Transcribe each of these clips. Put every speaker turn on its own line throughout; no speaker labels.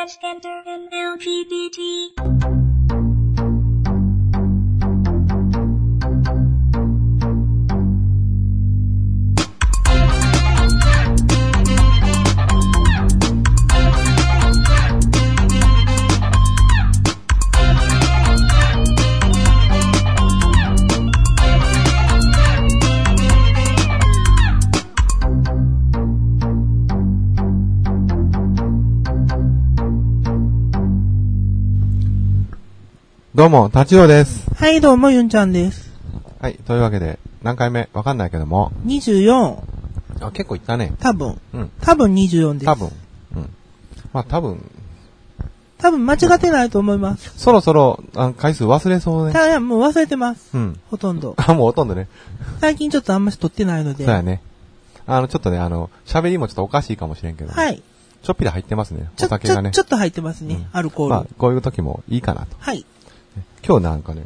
transgender and LGBT.
どうも、達郎です。
はい、どうも、ゆんちゃんです。
はい、というわけで、何回目わかんないけども、
24、
あ、結構いったね。
多分。
うん。
多分24です。
多分。うん。まあ多分、
多分間違ってないと思います。
そろそろ、あ回数忘れそう
た
ね。
だ、もう忘れてます。
うん。
ほと んど。
あ、もうほとんどね。
最近ちょっとあんまし撮ってないので。
そうやね。あの、ちょっとね、あの、喋りもちょっとおかしいかもしれんけど、。
はいい。
ちょっぴり入ってますね。
ち
お
ょ、ちょ、
酒がね。
ちょっと入ってますね。
うん
アルコール。
まあ、こういう時もいいかなと。
はい。
今日なんかね、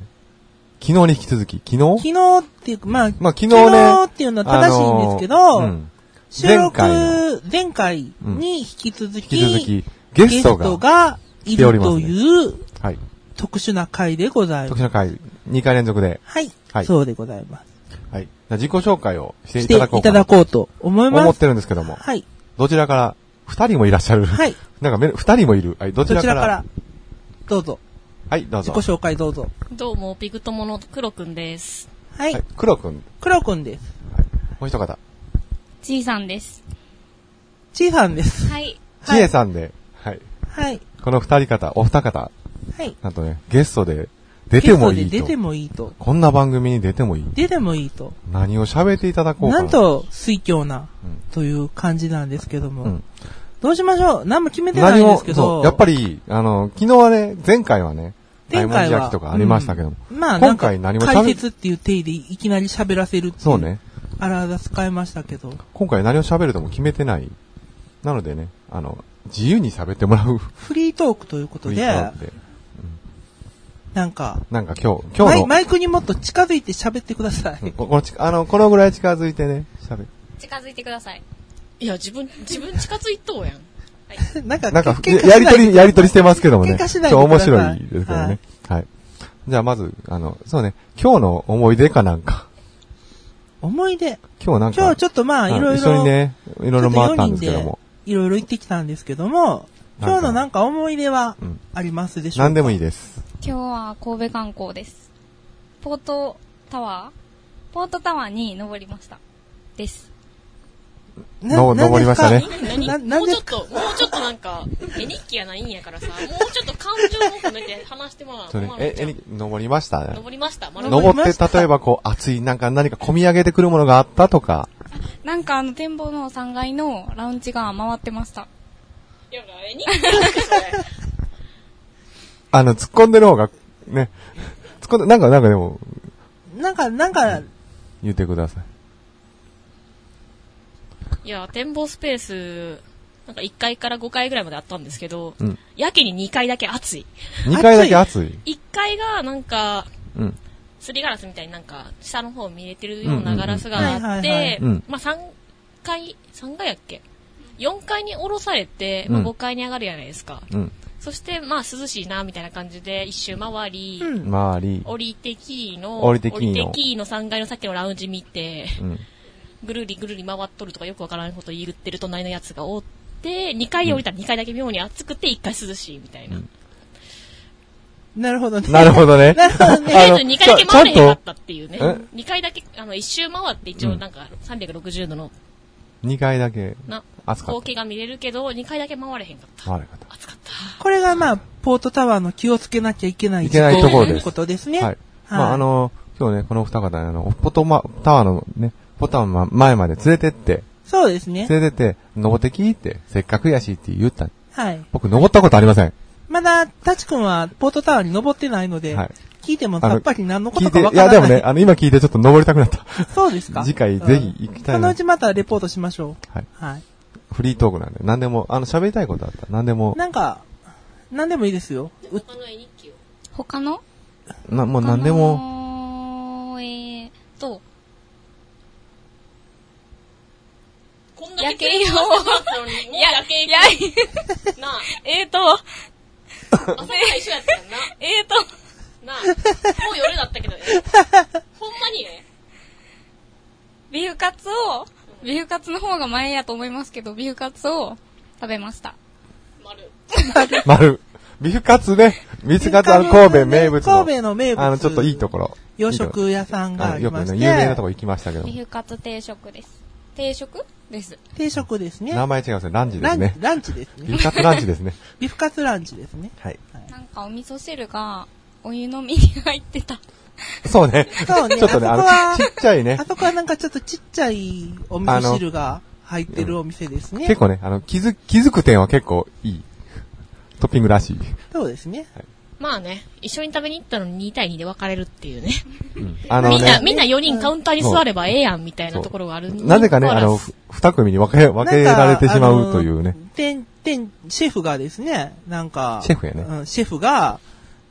昨日に引き続き、昨
昨
日
日っていうか、まあ、
まあ昨日ね
昨日っていうのは正しいんですけど、
あのーうん。
収録
前
前回に引き続
引
き、
き続き、ゲ
ゲ
ス
ス
ト
ト
が、
がいると
来
いう
はい。
特殊な回でございま
特殊
す。
な回、2回連続で、
はい。
はい
そうでございます。
はい。じゃあ自己紹介をしてい
して
た
い
だこうか
た
な
だこうと思います。
思ってるんですけども、
はい。
どちらから、二人もいらっしゃる。
はい。
なんかめ、二人もいる。はい、ど
ど
ち
ち
ら
ら
から。
からどうぞ。
はい、どうぞ。
自己紹介どうぞ。
どうも、ピグ友の黒くんです。
は
はいい。、黒くん、
黒くんです。
もう一方、
じいさんです。
ちーさんです。
はい。
はい
ちえさんで、はい。
はい。
この二人方、お二方、
はい。
なんとね、ゲストで出てもいい
ゲストで
と
出。てもいいと。
こんな番組に出てもいい。
出てもいいと。
何を喋っていただこうか
な
な。
ん、と、水強な
うん、
という感じなんですけども。
うん。
どうしましょう何も決めてな
何
いんで
を、
すけ
そ
ど。
う、やっぱり、あの、昨日はね、前回はね、
前回
焼
は
きとかありましたけども、
うんまあ、なんか
今回何も喋
解説っていう体でいきなり喋らせるってい
そうね。。
あらあら使いましたけど。
今回何を喋るとも決めてない。なのでね、あの、自由に喋ってもらう。
フリートークということ
雰囲気があ
で
っ、て
なんか、
なんか今日、今
マ
日
イ
の、
マイクにもっと近づいて喋ってくださ
うん
い。
ここのちあの、このぐらい近づいてね、喋る。
近づいてください。いや、自分、自分近づいとうやん。
なんか、
なんか、
け
や
喧嘩しな
や
い
りとり、やりとりしてますけどもね。
喧嘩しないで
ちょっと面
くださ
白
い
いですけどね。はい。じゃあまず、あの、そうね、今日の思い出かなんか。
思い出。
今日なんか、
今日ちょっとまあ、
はい
ろい
一緒に
ろ、
ね、いろいろ回ったんですけど
ちょっ
も。
いろいろ行ってきたんですけども、
なんか
今日のなんか思い出は
うん
ありますでしょうか
何でもいいです。
今日は神戸観光です。ポートタワーポートタワーに登りました。です。
な
の
なん
登りまし
で
た
すか
ね
何
なな
も
ん
う
で
ちょっと、もうちょっとなんか、絵日記やないんやからさ、もうちょっと感情を込めて話してもらう。
そうね
もう、
え、
ち
え
ゃん
に、登りましたね。
登りました。まるまる
登って、例えばこう、熱い、なんか何か込み上げてくるものがあったとか。
なんかあの展望の3階のラウンジが回ってました。
いや絵日記なんてそれ。
あの、突っ込んでる方が、ね、突っ込んで、なんか、なんかでも、
なんか、なんか、
言ってください。
いや、展望スペース、なんか1階から5階ぐらいまであったんですけど、
うん
やけに2階だけ暑い。
2回だけ熱い。
1階がなんか、
うん。
すりガラスみたいになんか、下の方見れてるようなガラスがあっ
うんうんうんはいはいはい
て
うん、
まあ3階、3階やっけ ?4 階に降ろされて、まあ
うん
5階に上がるじゃないですか。
うん。
そして、まあ、涼しいな、みたいな感じで、一周回り、
うん。
周り。
降りてキーの、
降りてキーの
降りてキーの3階のさっきのラウンジ見て、
うん。
ぐるりぐるり回っとるとかよくわからんこと言ってる隣のやつがおって、2階降りたら2階だけ妙に暑くて、1階涼しいみたいな。
うん
なるほどね。
なるほどね。
なるほど
と
ね。
りあえず2階だけ回れへんかったっていうね。
ちゃんと
2階だけ、あの、一周回って一応なんか360度の、
2回だけ、
な、
暑かっ。
光景が見れるけど、2階だけ回れへんかった
回れ方。
た。暑かった。
これがまあ、ポートタワーの気をつけなきゃいけない
いけないところです
いうことですね。
はい。まあ、あの、今日ね、この二方ね、あの、ポトマ、タワーのね、ポタマ前まで連れてって、
そうですね。
連れてって、登ってきって、せっかくやしって言った。
はい。
僕、登ったことありません。
まだ、タチ君はポートタワーに登ってないので、
はい
聞いてもさっぱり何のこ
聞
と
いて、
か
い
わから
や、
ない。
でもね、あの、今聞いてちょっと登りたくなった。
そうですか。
次回、
うん
ぜひ行きた
そ
い
の
な
う。ちまたレポートしましょう。
はい。
はい。
フリートークなんで、何でも、あの、喋りたいことあったら何でも、
なんか、なんでもいいです よ。う
他の絵日記を。
他の
な、もう何でも、
も。えーっと、
こんな
夜景を、
いや、夜景
いや、
なあ、
えーと、
朝から一緒やったんな。
えーと、
なあ、もう夜だったけどね。ほんまにね。
ビフカツを、ビフカツの方が前やと思いますけど、ビフカツを食べました。
丸。
丸。ビフカツね。ビフカツあの神戸名物の。
神戸の名物
あの、ちょっといいところ。
洋食屋さんがあ
あ
り
よ
ま
く
して、
ね、有名なとこ行きましたけど。
ビフカツ定食です。定食です。
定食ですね。
名前違うんですよ。ランチで
ラ
す
ン
ね
チ、。ランチです
ビ
ね。
フカツランチですね。
ビフカツランチですね。
はい。
なんかお味噌汁が、お湯のみに入ってた。
そうね。
そうね
ちょっとね、
あそこ
あ
は
の、ちっちゃいね
あ。そこはなんかちょっとちっちゃいお味噌汁が入ってるお店ですね。
結構ね、あの、気づ、気づく点は結構いい。トッピングらしい。
そうですね。
まあね、一緒に食べに行ったのに2対2で別れるっていうね。
うんあの
みんな、
ね、
みんな4人カウンターに座ればええやんみたいなところがある
なぜかね、あの、
そ
ふ二組に分け、分けられてしまうというね。。
店、店、シェフがですね、なんか、
シェフやね
うん、シェフが、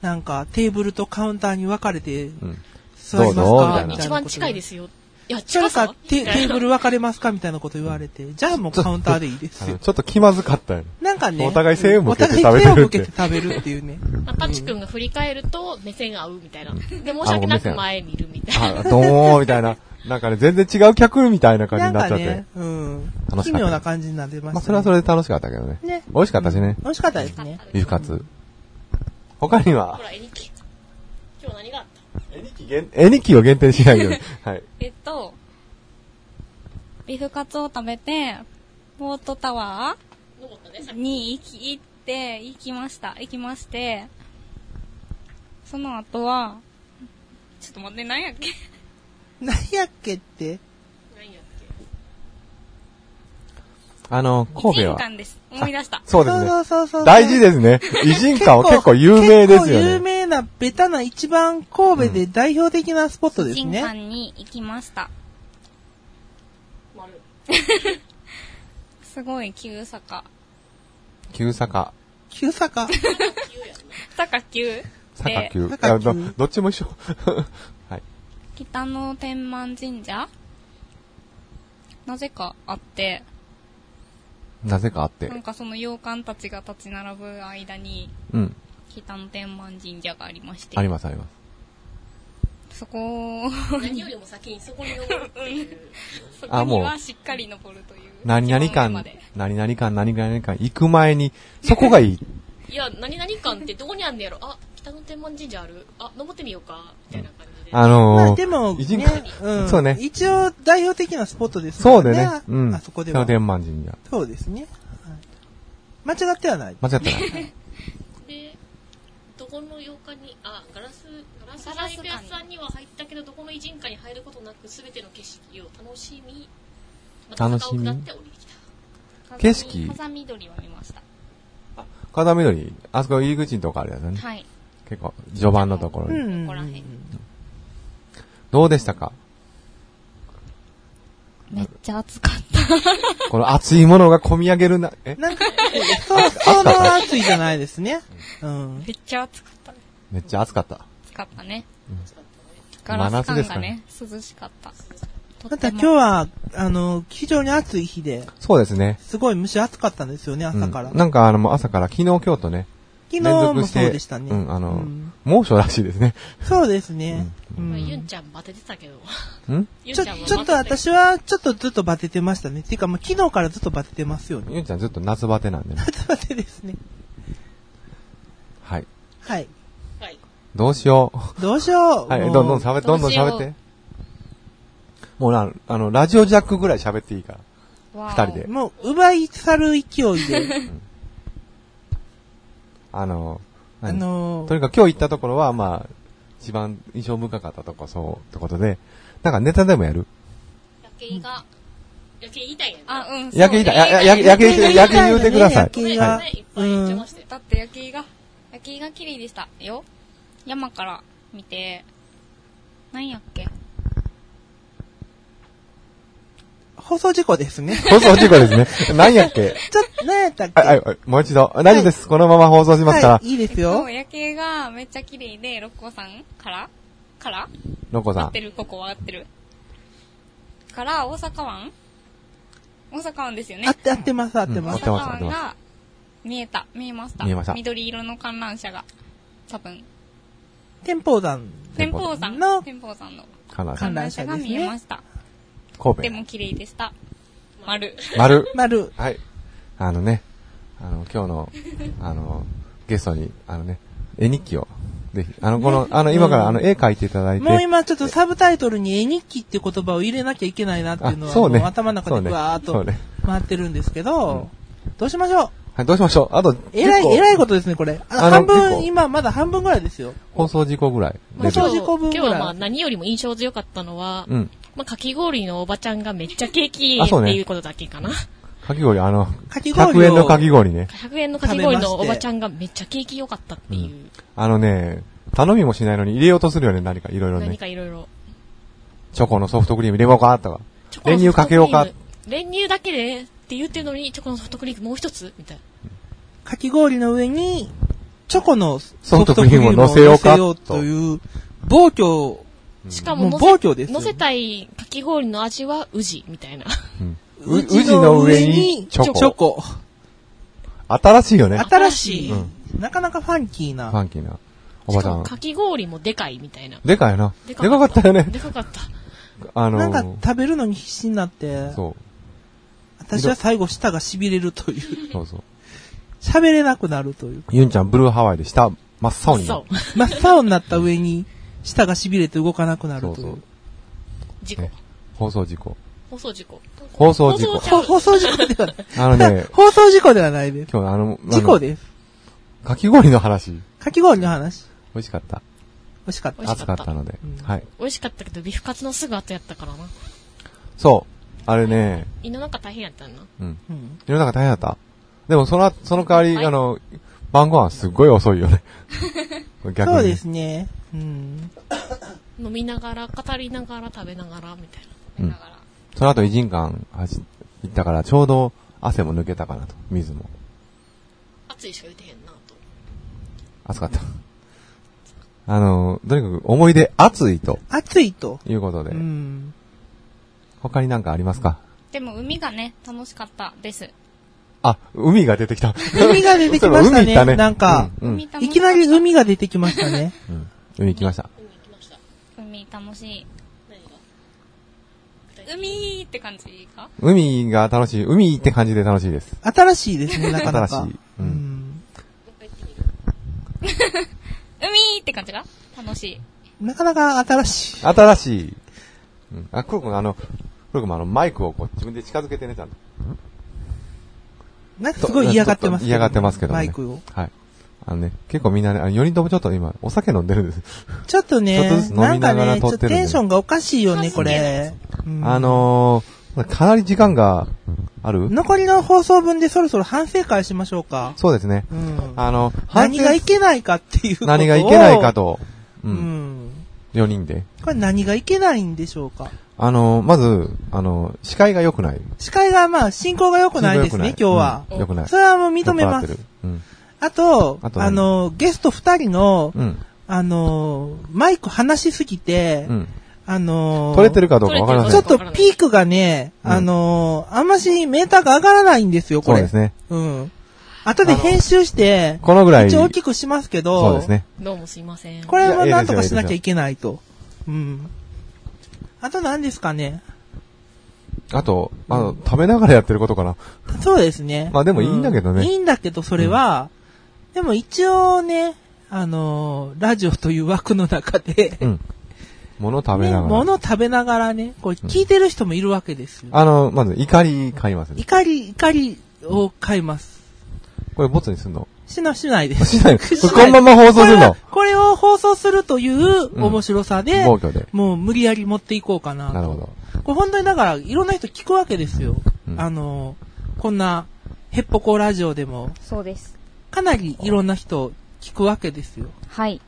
なんかテーブルとカウンターに分かれて
うん。
座ります
どうぞみた
か
いな
みたいなこと。
一番近いですよ。いや、
それ
近
か
さ
テ、テーブル分かれますかみたいなこと言われて、じゃあもうカウンターでいいです
あの
よ。
ちょっと気まずかったよね。
なんかね、
お互い背を向けて
お互い背を向けて
食
食べるっていうね。
まあ、パチ君が振り返ると目線が合うみたいな。で、申し訳なく前見るみたいな。
あ、どうもーみたいな。なんかね、全然違う客みたいな感じ
な
に
ん
なっ
か
ちゃって。
ね、うん
楽しかっ。た
奇妙な感じになってました、ね。
まあ、それはそれで楽しかったけどね。
ね
美味しかったしね。
美味しかったですね。
ビフカツ。他には
ほ、ら、絵日記。今日何があった
絵日記限絵日記を限定しない ように。はい。
えっと、ビフカツを食べて、ポートタワ
登ったね、さっ
ーに行き、行って、行きました。行きまして、その後は、ちょっと待って、何やっけ
何やっけって、
き何やっ
あの、
一
神戸
時
は。
間です。思い出した。
そうですね。
そうそうそうそう
大事ですね。偉人館は結構有名です
結構有
よね。
名な、ベタな、一番神戸で代表的なスポットです
新
ね。
館に行きました。
け丸。
すごい急坂。
急坂。
急坂。
坂急
坂急。い
坂
や、
急
どどっちも一緒。 はい。
北の天満神社なぜかあって、
なぜかあって
な。んかその洋館たちが立ち並ぶ間に、
うん。
北の天満神社がありまして
あ、りますあります。
そ こを、
何よりも先にそこに登るっていう。
そこ
あもう
にはしっかり登るという。
何々
一番上ま
館
で、
何々館、何々館、行く前に、そこがいい。
いや、何々館ってどこにあんねやろあ、北の天満神社あるあ、登ってみようかみたいな感じで。
あのー、
まあでも、
偉人
ね
館、
うん、
そうね。
一応代表的なスポットです
そ
も
うん
ね。
でね。うん。
あそこで
北
は
野。天満神社。
そうですね。はい間違ってはない。
間違って ない。
で、どこの洋館に、あ、ガラス、ガラス細工屋さんには入ったけど、どこの偉人館に入ることなく、すべての景色を楽しみ、また
楽しみ
坂を下って降りてきた。
景色
風見緑を見ました。
風緑、あそこ入り口のとこあるやつだね。
はい。
結構、序盤のところ
う
に。
ん
ここら辺。
どうでしたか
めっちゃ暑かった。
この熱いものが込み上げるな、え
なんか、そう、そうの暑いじゃないですね。うん。
めっちゃ暑かった。
めっちゃ暑かった。
暑かったね。ガ
真
ラス
夏で
感
すか
が
ね
ね、涼しかった。
ま
ま
た今日は、あの、非常に暑い日で、
そうですね。
すごい蒸し暑かったんですよね、
うん
朝から。
なんかあの、もう朝から、昨日、今日とね、
昨日
連
も
続して、
そうでしたね。
うん、あの
うん、
猛暑らしいですね。
そうですね。う
まあ、ユン
ん
ちゃんバテてたけど。
ん
ユン
ちょ、
ゃんは
ちょっと
バテてた
私は、ちょっとずっとバテてましたね。っていうか、まあ、昨日からずっとバテてますよね。
ゆうちゃんずっと夏バテなんでね。
バテですね。
はい。
はい。
はい。
どうしよう。
どうしよう。
はい、
も
ど
うん
どん喋って、どんどん喋っ
どうしよ
て。もうな、あの、ラジオジャックぐらい喋っていいから。二人で
もう、奪い去る勢いで。
あの、
あ
何
の
と
ー、
にかく今日行ったところは、まあ、一番印象深かったとこ、そう、ってことで、なんかネタでもやる
夜景が、夜景言いたいやん。
あ、うん。そう
焼けいた、や、や、や、焼けいて、
焼
焼
け
け言うてください
焼。
ごめ
け
ん
が
なさい、いっぱい言っちゃいまして。
だって夜景が、夜景が綺麗でしたよ。山から見て、何やっけ
放送事故ですね。
放送事故ですね。何やっけ
ちょっと、何やったっけ
はい、はい、もう一度。大丈夫です。このまま放送しますから
は。い、いいです
そ
よ
う、。夜景がめっちゃ綺麗で、六甲山からから
ロコ
合
さ
ってる、ここは合ってる。から、大阪湾大阪湾ですよね
合。って合ってます、合って
合
大
ま
っ
す
て。
阪
ます合って
湾
ます
が見えた。見えました。
見えました
緑色の観覧車が、多分、
天保山。
天
天保
保
山
山
の、
の
天保山の
かな
観
観覧
覧
車
車
が
ですね
見えました。
神
で
戸。
も綺麗でした。丸。
丸。
丸。
はい。あのね、あの、今日の、あの、ゲストに、あのね、絵日記を、ぜひ、あの、この、あの、今からあの、絵描いていただいて、
もう今ちょっとサブタイトルに絵日記って言葉を入れなきゃいけないなっていうのは、
あそうね
もう頭の中でぐわーっ
そ
と
うね
回ってるんですけど、どうしましょう
はい、どうしましょうあと、
えらい、
結構
えらいことですね、これ。あ
あの
半
結構
分、今まだ半分ぐらいですよ。
放送事故ぐらい。
もうちょ
今
い
日
正直
今
分
日
ぐらい
はまあ何よりも印象強かったのは、
うん。
まあ、かき氷のおばちゃんがめっちゃケーキ
あ
って
そうね
いうことだけかな。
かき氷、あの、
かき氷を
100円のかき氷ね。
100円のかき氷のおばちゃんがめっちゃ景気良かったっていう。
あのね、頼みもしないのに入れようとするよね、何かいろいろ
何
ね。
かいろいろ。
チョコのソフトクリーム入れようかとか。
チョコの
練乳かけようか
ソフトクリーム。練乳だけでって言ってるのに、チョコのソフトクリームもう一つみたいな。
かき氷の上に、チョコのソ
ソ
フ
フト
ト
ク
ク
リ
リ
ー
ー
ム
ム
を
を
乗せ
乗せ
よ
よ
う
う
か
かという、暴挙、
しかも
も
乗
う
せ、
暴挙ですよ
乗せたいかき氷の味は宇治みたいな。
うん。う、宇治の上にチョコ。
チョコ。
新しいよね。
新しい、
うん
なかなかファンキー
フ
な。
ァンキーな。お
し
ば
か
さ
も
ん。
かき氷もでかいみたいな。
でかいな。で
で
かかったよね。
でかかった。
あの
なんか
ー、
食べるのに必死になって、
そう。
私は最後舌が痺れるという、
そうそう。
喋れなくなるという。
ユンちゃん、ブルーハワイで下、真っ青に。
そう。
真っ青になった上に、舌が痺れて動かなくなると
そ
いうう。
そう。
事故
ね。放送事故。
放送事故。
放送事故
放送。
ほ放送事故ではない。、
あのね
放送事故ではないです。
今日あの、あの
事故です。
かき氷の話。
かき氷の話。
美味しかった。
美味しかっ
美
た。
味し
暑
か
か
っ
ったたので
うん。
はい。
美味しかったけど、ビフカツのすぐ後やったからな。
そう。あれね、
胃の中大変やったな。
うん。
うん
世の中大変だった。でも、その、その代わり、
はい
あの、晩ご飯すっごい遅いよね。逆に。
そうですね。うん。
飲みながら、語りながら、食べながら、みたいな。
うん。その後、偉人館走行ったから、ちょうど汗も抜けたかなと。水も。
熱いしか言うてへんなと。
暑かった。あの、とにかく思い出暑いと
暑いと。
いうことで、
うん。
他になんかありますか
でも海がね、楽しかったです。
あ、海が出てきた。
海が出てきました
そういえば
ね
海行ったね。
なんか
うん、うん
海楽し
い
か
きなり海が出てきました ね。
うん海行きました。
海行きました。
海楽しい。
何が
海って感じか
海が楽しい。海って感じで楽しいです。
新しいですね、なかなか
新しい。う
うんん。
海って感じが楽しい。
なかなか新しい。
新しい。うん、あ、黒くん、あの、黒くんもあの、マイクをこう自分で近づけてね、ちゃんと。
なんかすごい嫌がってますけどね。
嫌がってますけどね。
マイクを。
はい。あのね、結構みんなね、あの4人ともちょっと今、お酒飲んでるんです。
ちょっと
ちょっとず
ね
つ、飲み
なんか
ながら
ね、ち
撮
ょ
っ
っ
る
て
ん
と
で
テンションがおかしいよね、これ。うん
あ、のー、かなり時間がある
残りの放送分でそろそろ反省会しましょうか。
そうですね。
うん。
あの、
何がい
け
けないかっていうことを。
何がいけないか。と。う。
うんん。
4人で。
これ何がいけないんでしょうか。
あの、まず、あの、視界が良くない。
司会がまあ、進行が良くないですね、今日は。
うん良くない。
それはもう認めま
酔っ払
す
って。る。うん。
あと、
あ
あ
と何
の、ゲスト二人の、
うん。
あの、マイク離しすぎて、
うん。
あの、
取れてるかどうかわからない。
ちょっとピークがね、
うん
あのーあんましメーターが上がらないんですよ、こ
そう
れ。
ですね。
うん。後で編集して、
このぐらい。
一応大
そ
きくしますけど、
うですね。
どうもすいません。
これも
いや
なんとかしなきゃいけないと。うん。あと何ですかね。
あと、あの、食べながらやってることかな。
そうですね。
まあでもいいんだけどね
ういいんだけど、それは、でも一応ね、あのーラジオという枠の中で、
うん。物食べ
ね、
ながら。
物を食べながらね、これ聞いてる人もいるわけですよ。
あの、まず、怒り買いますね。
怒り、怒りを買います。
これボツにすんの
しな、しないです。
しない。これ
しない
このまま放送するの
これはこれを放送するという面白さで、
暴挙で。
もう無理やり持っていこうかなと。
なるほど。
これ本当にだから、いろんな人聞くわけですよ。
うん
あの、こんな、ヘッポコラジオでも、
そうです。
かなりいろんな人聞くわけですよ。
はい。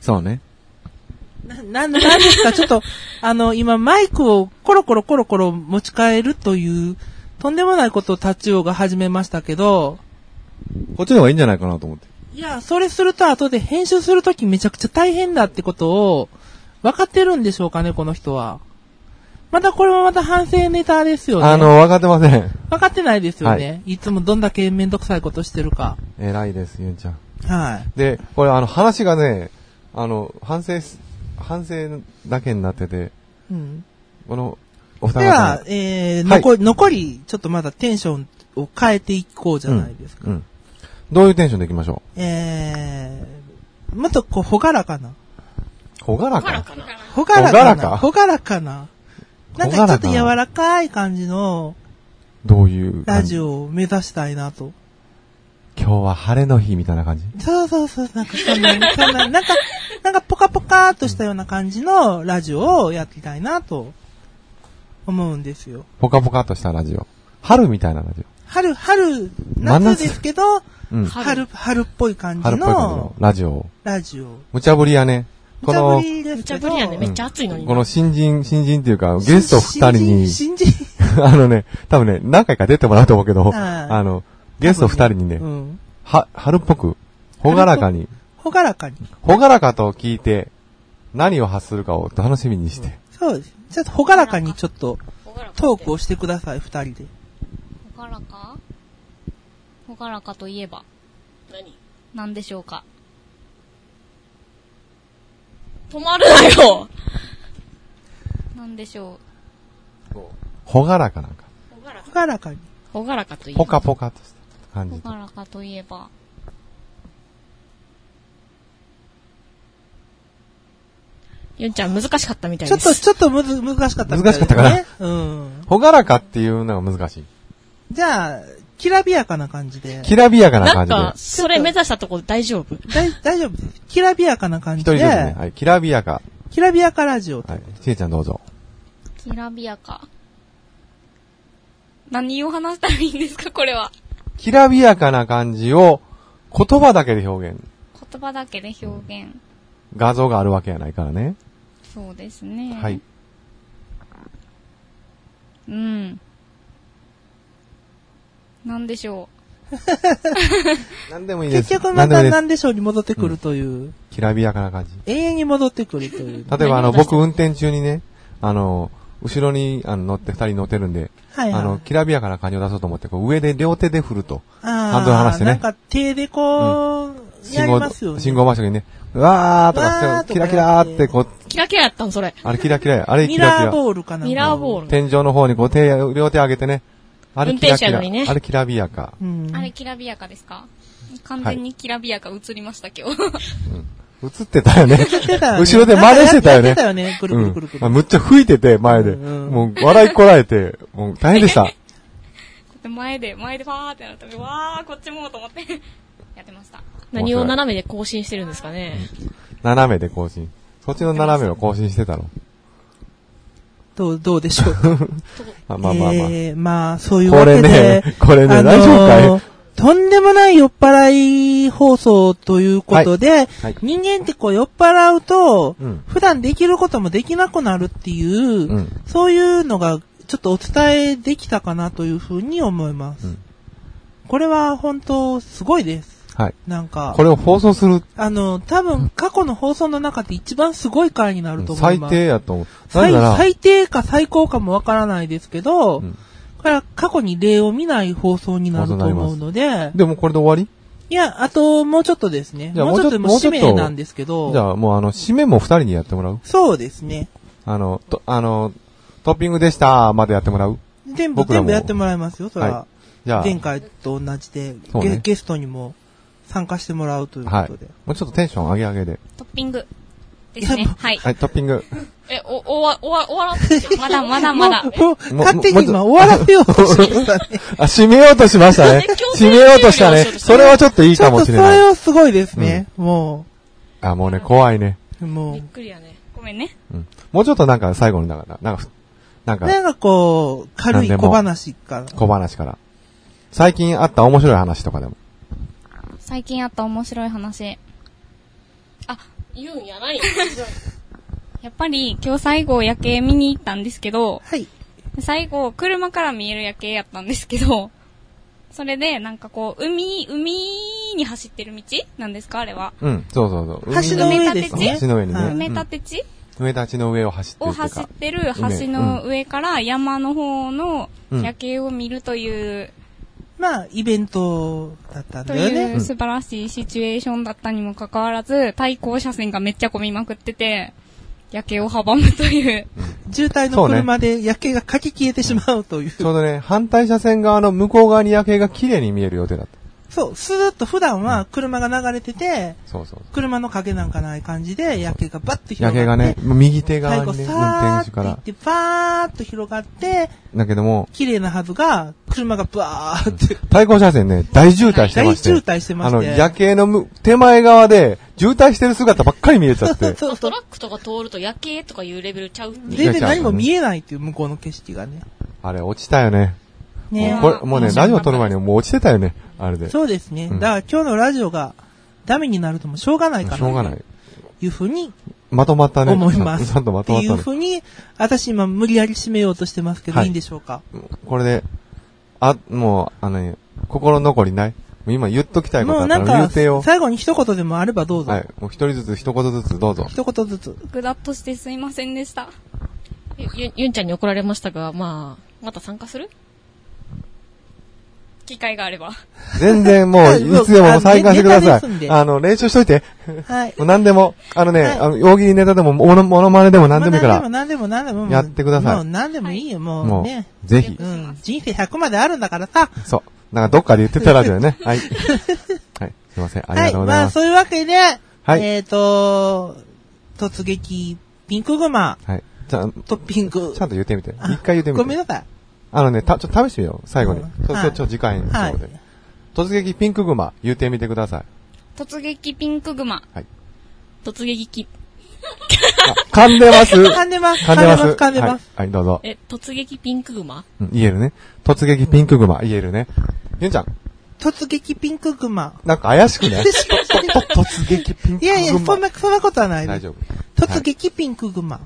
そうね。
な、な、なんで すかちょっと、あの、今マイクをコロコロコロコロ持ち替えるという、とんでもないことをタチウオが始めましたけど、
こっちの方がいいんじゃないかなと思って。
いや、それすると後で編集するときめちゃくちゃ大変だってことを、分かってるんでしょうかね、この人は。またこれもまた反省ネタですよね。
あの、わかってません。
分かってないですよね。い、つもどんだけめんどくさいことしてるか。
偉いです、ゆんちゃん。
はい。
で、これあの、話がね、あの、反省す、反省だけになってて、
うん、
この、お二
では
方、
えー
はい
残り、残り、ちょっとまだテンションを変えていこうじゃないですか。
うん。うんどういうテンションでいきましょ
えー、もっとこう、ほがらかな。
うほがら
ほらか
か
な。
ほがらかな。
ほ
ほがらかな。なん
ほが
かちょ
ら
っ
か
と柔らかい感じの
どういう感
ラ
じ
ジオを目指したいなと。
今日は晴れの日みたいな感じ
そうそうそう、なんかそんな、そんな、なんか、なんかポカポカーっとしたような感じのラジオをやっていきたいなと思うんですよ。
ポカポカっとしたラジオ。春みたいなラジ
春、
真
春、
夏
夏ですけど、
オ。うん。
春、春っぽい感じ
春っぽい感じの
の
ラジオ。
ラジオ。
無茶ぶりやね。この、
りで
む
す
ちゃ
け
ぶ
ど
りやね。めっちゃ
うん
暑いのに。
この新人、新人っていうか、ゲスト二人に、
新人、新
あのね、多分ね、何回か出てもらうと思うけど、
はい
あの、ゲスト二人にね
人。う、ん。
は、春っぽく、ほがらかに、
ほがらかに。
ほがらかと聞いて、何を発するかを楽しみにして。
そうです。ちょっとほがらかにちょっとトークを
し
してください、二人で。
ほがらかほがらかといえば、
何
何でしょうか
止まるなよ
何でしょ
ほがらかなんか、
ほがら
ほ
か。
がらかに。
ほがらかといえ
ぽ
ば。
かぽかとした
う
感
ほ
じ。
がらかといえば、
ゆんちゃん難しかったみたい
ちょ
で
っと、
す。
ちょっとむず、難しかったみいです
難しか
ね
ったかな。
うん。
ほがらかっていうのが難しい。
じゃあ、きらびやかな感じで。
きらびやかな
なん
感じで。
か、それ目指したとこ大丈夫
大大丈夫です。きらびやかな
一
感じ
人
で。
ずつね、はい、きらびやか。
きらびやかラジオと
はい、ちえちゃんどうぞ。
きらびやか。何を話したらいいんですかこれは。
きらびやかな感じを、言葉だけで表現。
言葉だけで表現。
画像があるわけやないからね。
そうですね。
はい。。
うん。なんでしょ
何でもいいです。
結局
何
また
でもいい
何でしょうに戻ってくるという、
です。きらびやかな感じ。
永遠に戻ってくるという。
例えばあの、
何を出して
僕運転中にね、あの、後ろにあの乗って、二人乗ってるんで、
はいはい。
あの、きらびやかな感じを出そうと思って、こう上で両手で振ると。
ハ
ハンドル離してね
なんか手でこう、や
信
り
号
ますよ、ね。
信号マシュにね、うわーと
わー
か、
とか
キラキラーってこう、
キラキラやったんそれ。
あれキラキラや、あれキ
ミ
ラキ
ラー
ラ。
ボールかな。
ミラーボール。
天井の方にこう手、両手上げてね、あれキラキ
運
ラ。
転手やのにね
あれきらびやか。
う
う。
ん。
あれ、きらびやかですか完全にきらびやか映りました、今日。
映ってたよね。
てたよね
後ろで真似してたよ
や
ね
って。たよね。くるくるくるく
うんあ
る。
むっちゃ吹いてて、前で。
うんうん
もう、笑いこらえて、もう、大変でした。
で前で、前でファーってなったら、わー、こっちもと思って、 やってました。
何を斜めで更新してるんですかね。
斜めで更新。そっちの斜めを更新してたの。
どう、どうでしょう。
あ まあまあまあ。
えー、まあ、そういうわ
こ
け
れ
で
ね。、これね、
あの
大丈夫
ーとんでもない酔っ払い放送ということで、
はい
人間ってこう酔っ払うと、
うん
普段できることもできなくなるっていう、
うん
そういうのがちょっとお伝えできたかなというふうに思います。
うん
これは本当すごいです。
かいはい。
なんか
こ、れを放送する、
あの、多分過去の放送の中で一番すごい回になると思
最
います。
低やと思う。な
最
ぜなら、
最低か最高かもわからないですけど、
うん
これは過去に例を見ない放送になると思うので、
でもこれで終わり
いや、あと、もうちょっとですね。
じゃあ
もうちょっと、
も
も
う
う
ちょ
使
っと
命なんですけど。
じゃあ、もうあの、締めも二人にやってもらう
そうですね。
あの、と、あの、トッピングでしたまでやってもらう
全部、
僕らも
全部やってもらいますよ、それは。
はじゃあ、
前回と同じで、
そうね
ゲ、ゲストにも参加してもらうというこ
はい。
とで。
もうちょっとテンション上げ上げで。
トッピングですね。
いやもう
はい。
はい、トッピング。
え、お、おわ、おわ、終わらん としてる。
まだまだまだ。
もう、
もう
勝手
もう
に今終わらせようとしてました ね。
あ、締めようとしましたね
強制
締めようとしたね
終了しよう。とした
それはちょっといい
ちょ
か
っ
も
と
し
そ
れな
れ
い。
はすごいですね。も
あ、もうね、怖いね。
う、も
びっ
う。
くりやね。
ごめんね。
うん。もうちょっとなんか最後になんか、なんかふ、なんか
なんかこう、軽い
なんでも
小話から。
小話から。最近あった面白い話とかでも。
最近あった面白い話。
言うんや ないよ。
やっぱり、今日最後夜景見に行ったんですけど、
はい。
最後、車から見える夜景やったんですけど、それで、なんかこう、海、海に走ってる道なんですかあれは。
うん、そうそうそう。
橋の上ですね。
橋の上にね
はい
埋め立て地、
上立ちの上を走ってる
を
っていう
走っ
か。
てる橋の上から山の方の
うん
夜景を見るという、
まあ、イベントだったん
と
だよ
い
ね
う。素晴らしいシチュエーションだったにもかかわらず、対向車線がめっちゃ混みまくってて、夜景を阻むという。
渋滞の車で夜景がかき消えてしまうという。
ちょうどね、反対車線側の向こう側に夜景が綺麗に見える予定だった。
そう、スーッと普段は車が流れてて、
そうそうそう。
車の影なんかない感じで夜景がバッと
夜
広がって。
景がね、右手
最
側
後
にね、運
さー
転
っ
手
て
か
行
ら
っ。て、バーっと広がって、
だけども、
綺麗なはずが、車がバーって、
対向車線ね、大渋滞してま
大
して。
渋滞してま
あ
し
の、
て。
夜景のむ手前側で、渋滞してる姿ばっかり見えちゃって。
そうそ
ト
う
ラ。ックとか通ると夜景とかいうレベルちゃうって。
全然何も見えないっていう向こうの景色がね。
あれ、落ちたよね。
ね
え
これ、もうね、
面白かった
ラジオ撮る前にもう落ちてたよね。あれで。しょ
そうですね。
うん
だから今日のラジオがダメになるともしょうがないから。
うがない。
いうふうに
まとまったね。
思います。
ちゃんとまとまっ
ってい
た
う
ね
ふ。うに、私今無理やり締めようとしてますけど、
はい
いいんでしょうか。
これで、あ、もう、あのね、心残りないもう今言っときたいこと
も
あ
う
っ
な
た
ん
ら言
か
う、てよ。
最後に一言でもあればどうぞ。
はい。もう一人ずつ、一言ずつどうぞ。
一言ずつ。
ぐだっとしてすいませんでした。
ゆゆゆんちゃんに怒られましたが、まあ、また参加する
機会があれば。
全然 もう、
はいもう
いつでも参加してくだ
あネタ
さ
ですん
い。
で
あの、練習しといて。
はい。
もう何でも、あのね、
はい
あの、大喜利ネタでも、もの、ものまねでも何でもいいか
もう
ら、
何でも何でも何で
や
も。
ってください
もう何でもいいよ、も
も
うね。
う、ぜひ
う。ん。人生100まであるんだからさ。
そう。なんかどっかで言ってたラジオね。はい。はい。すいません。ありが
はい。
とうござい
まあ
ます。
そういうわけで、
はい
えっと、突撃、ピンクグマ、
はい。ちゃん、
トッピング
ち。ゃんと言ってみて。一回言ってみて。
ごめんなさい。
あのね、た、ちょっと試してみよう。最後に
うん。
そう
は
そう、
い
ちょ、次回に。
はい
そうで。突撃ピンクグマ、言ってみてください。
突撃ピンクグマ。
突撃き、
あ噛んでます。
噛んでます。
噛んでます。
噛んでます。
はい。はい、どうぞ。
え、突撃ピンクグマ
うん言えるね。突撃ピンクグマ、言えるね。ゆんちゃん、
突撃ピンクグマ。
なんか怪しくない
い
突撃ピンクグマ。
や いや、そんな、そんなことはない
大
です。
丈夫。
突撃ピンクグマ。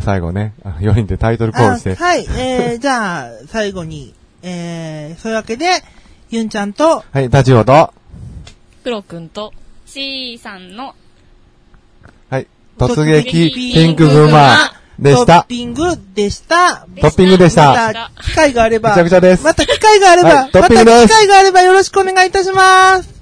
最後ね、4人でタイトルコール
あ
して。
はい、えー、じゃあ、最後に、えー、そういうわけで、ゆんちゃんと、
はい、タチオと、
黒くんと、
C さんの
はい、突撃
突撃
ピンクグマでし
トッ
た。
ピングでした。
トッピングでし
ま
た。
た、機会があれば、
めちゃくちゃです
また機会があれば、
はいト
ま
ッピン
た
グです
機会があればよろしくお願いいたします。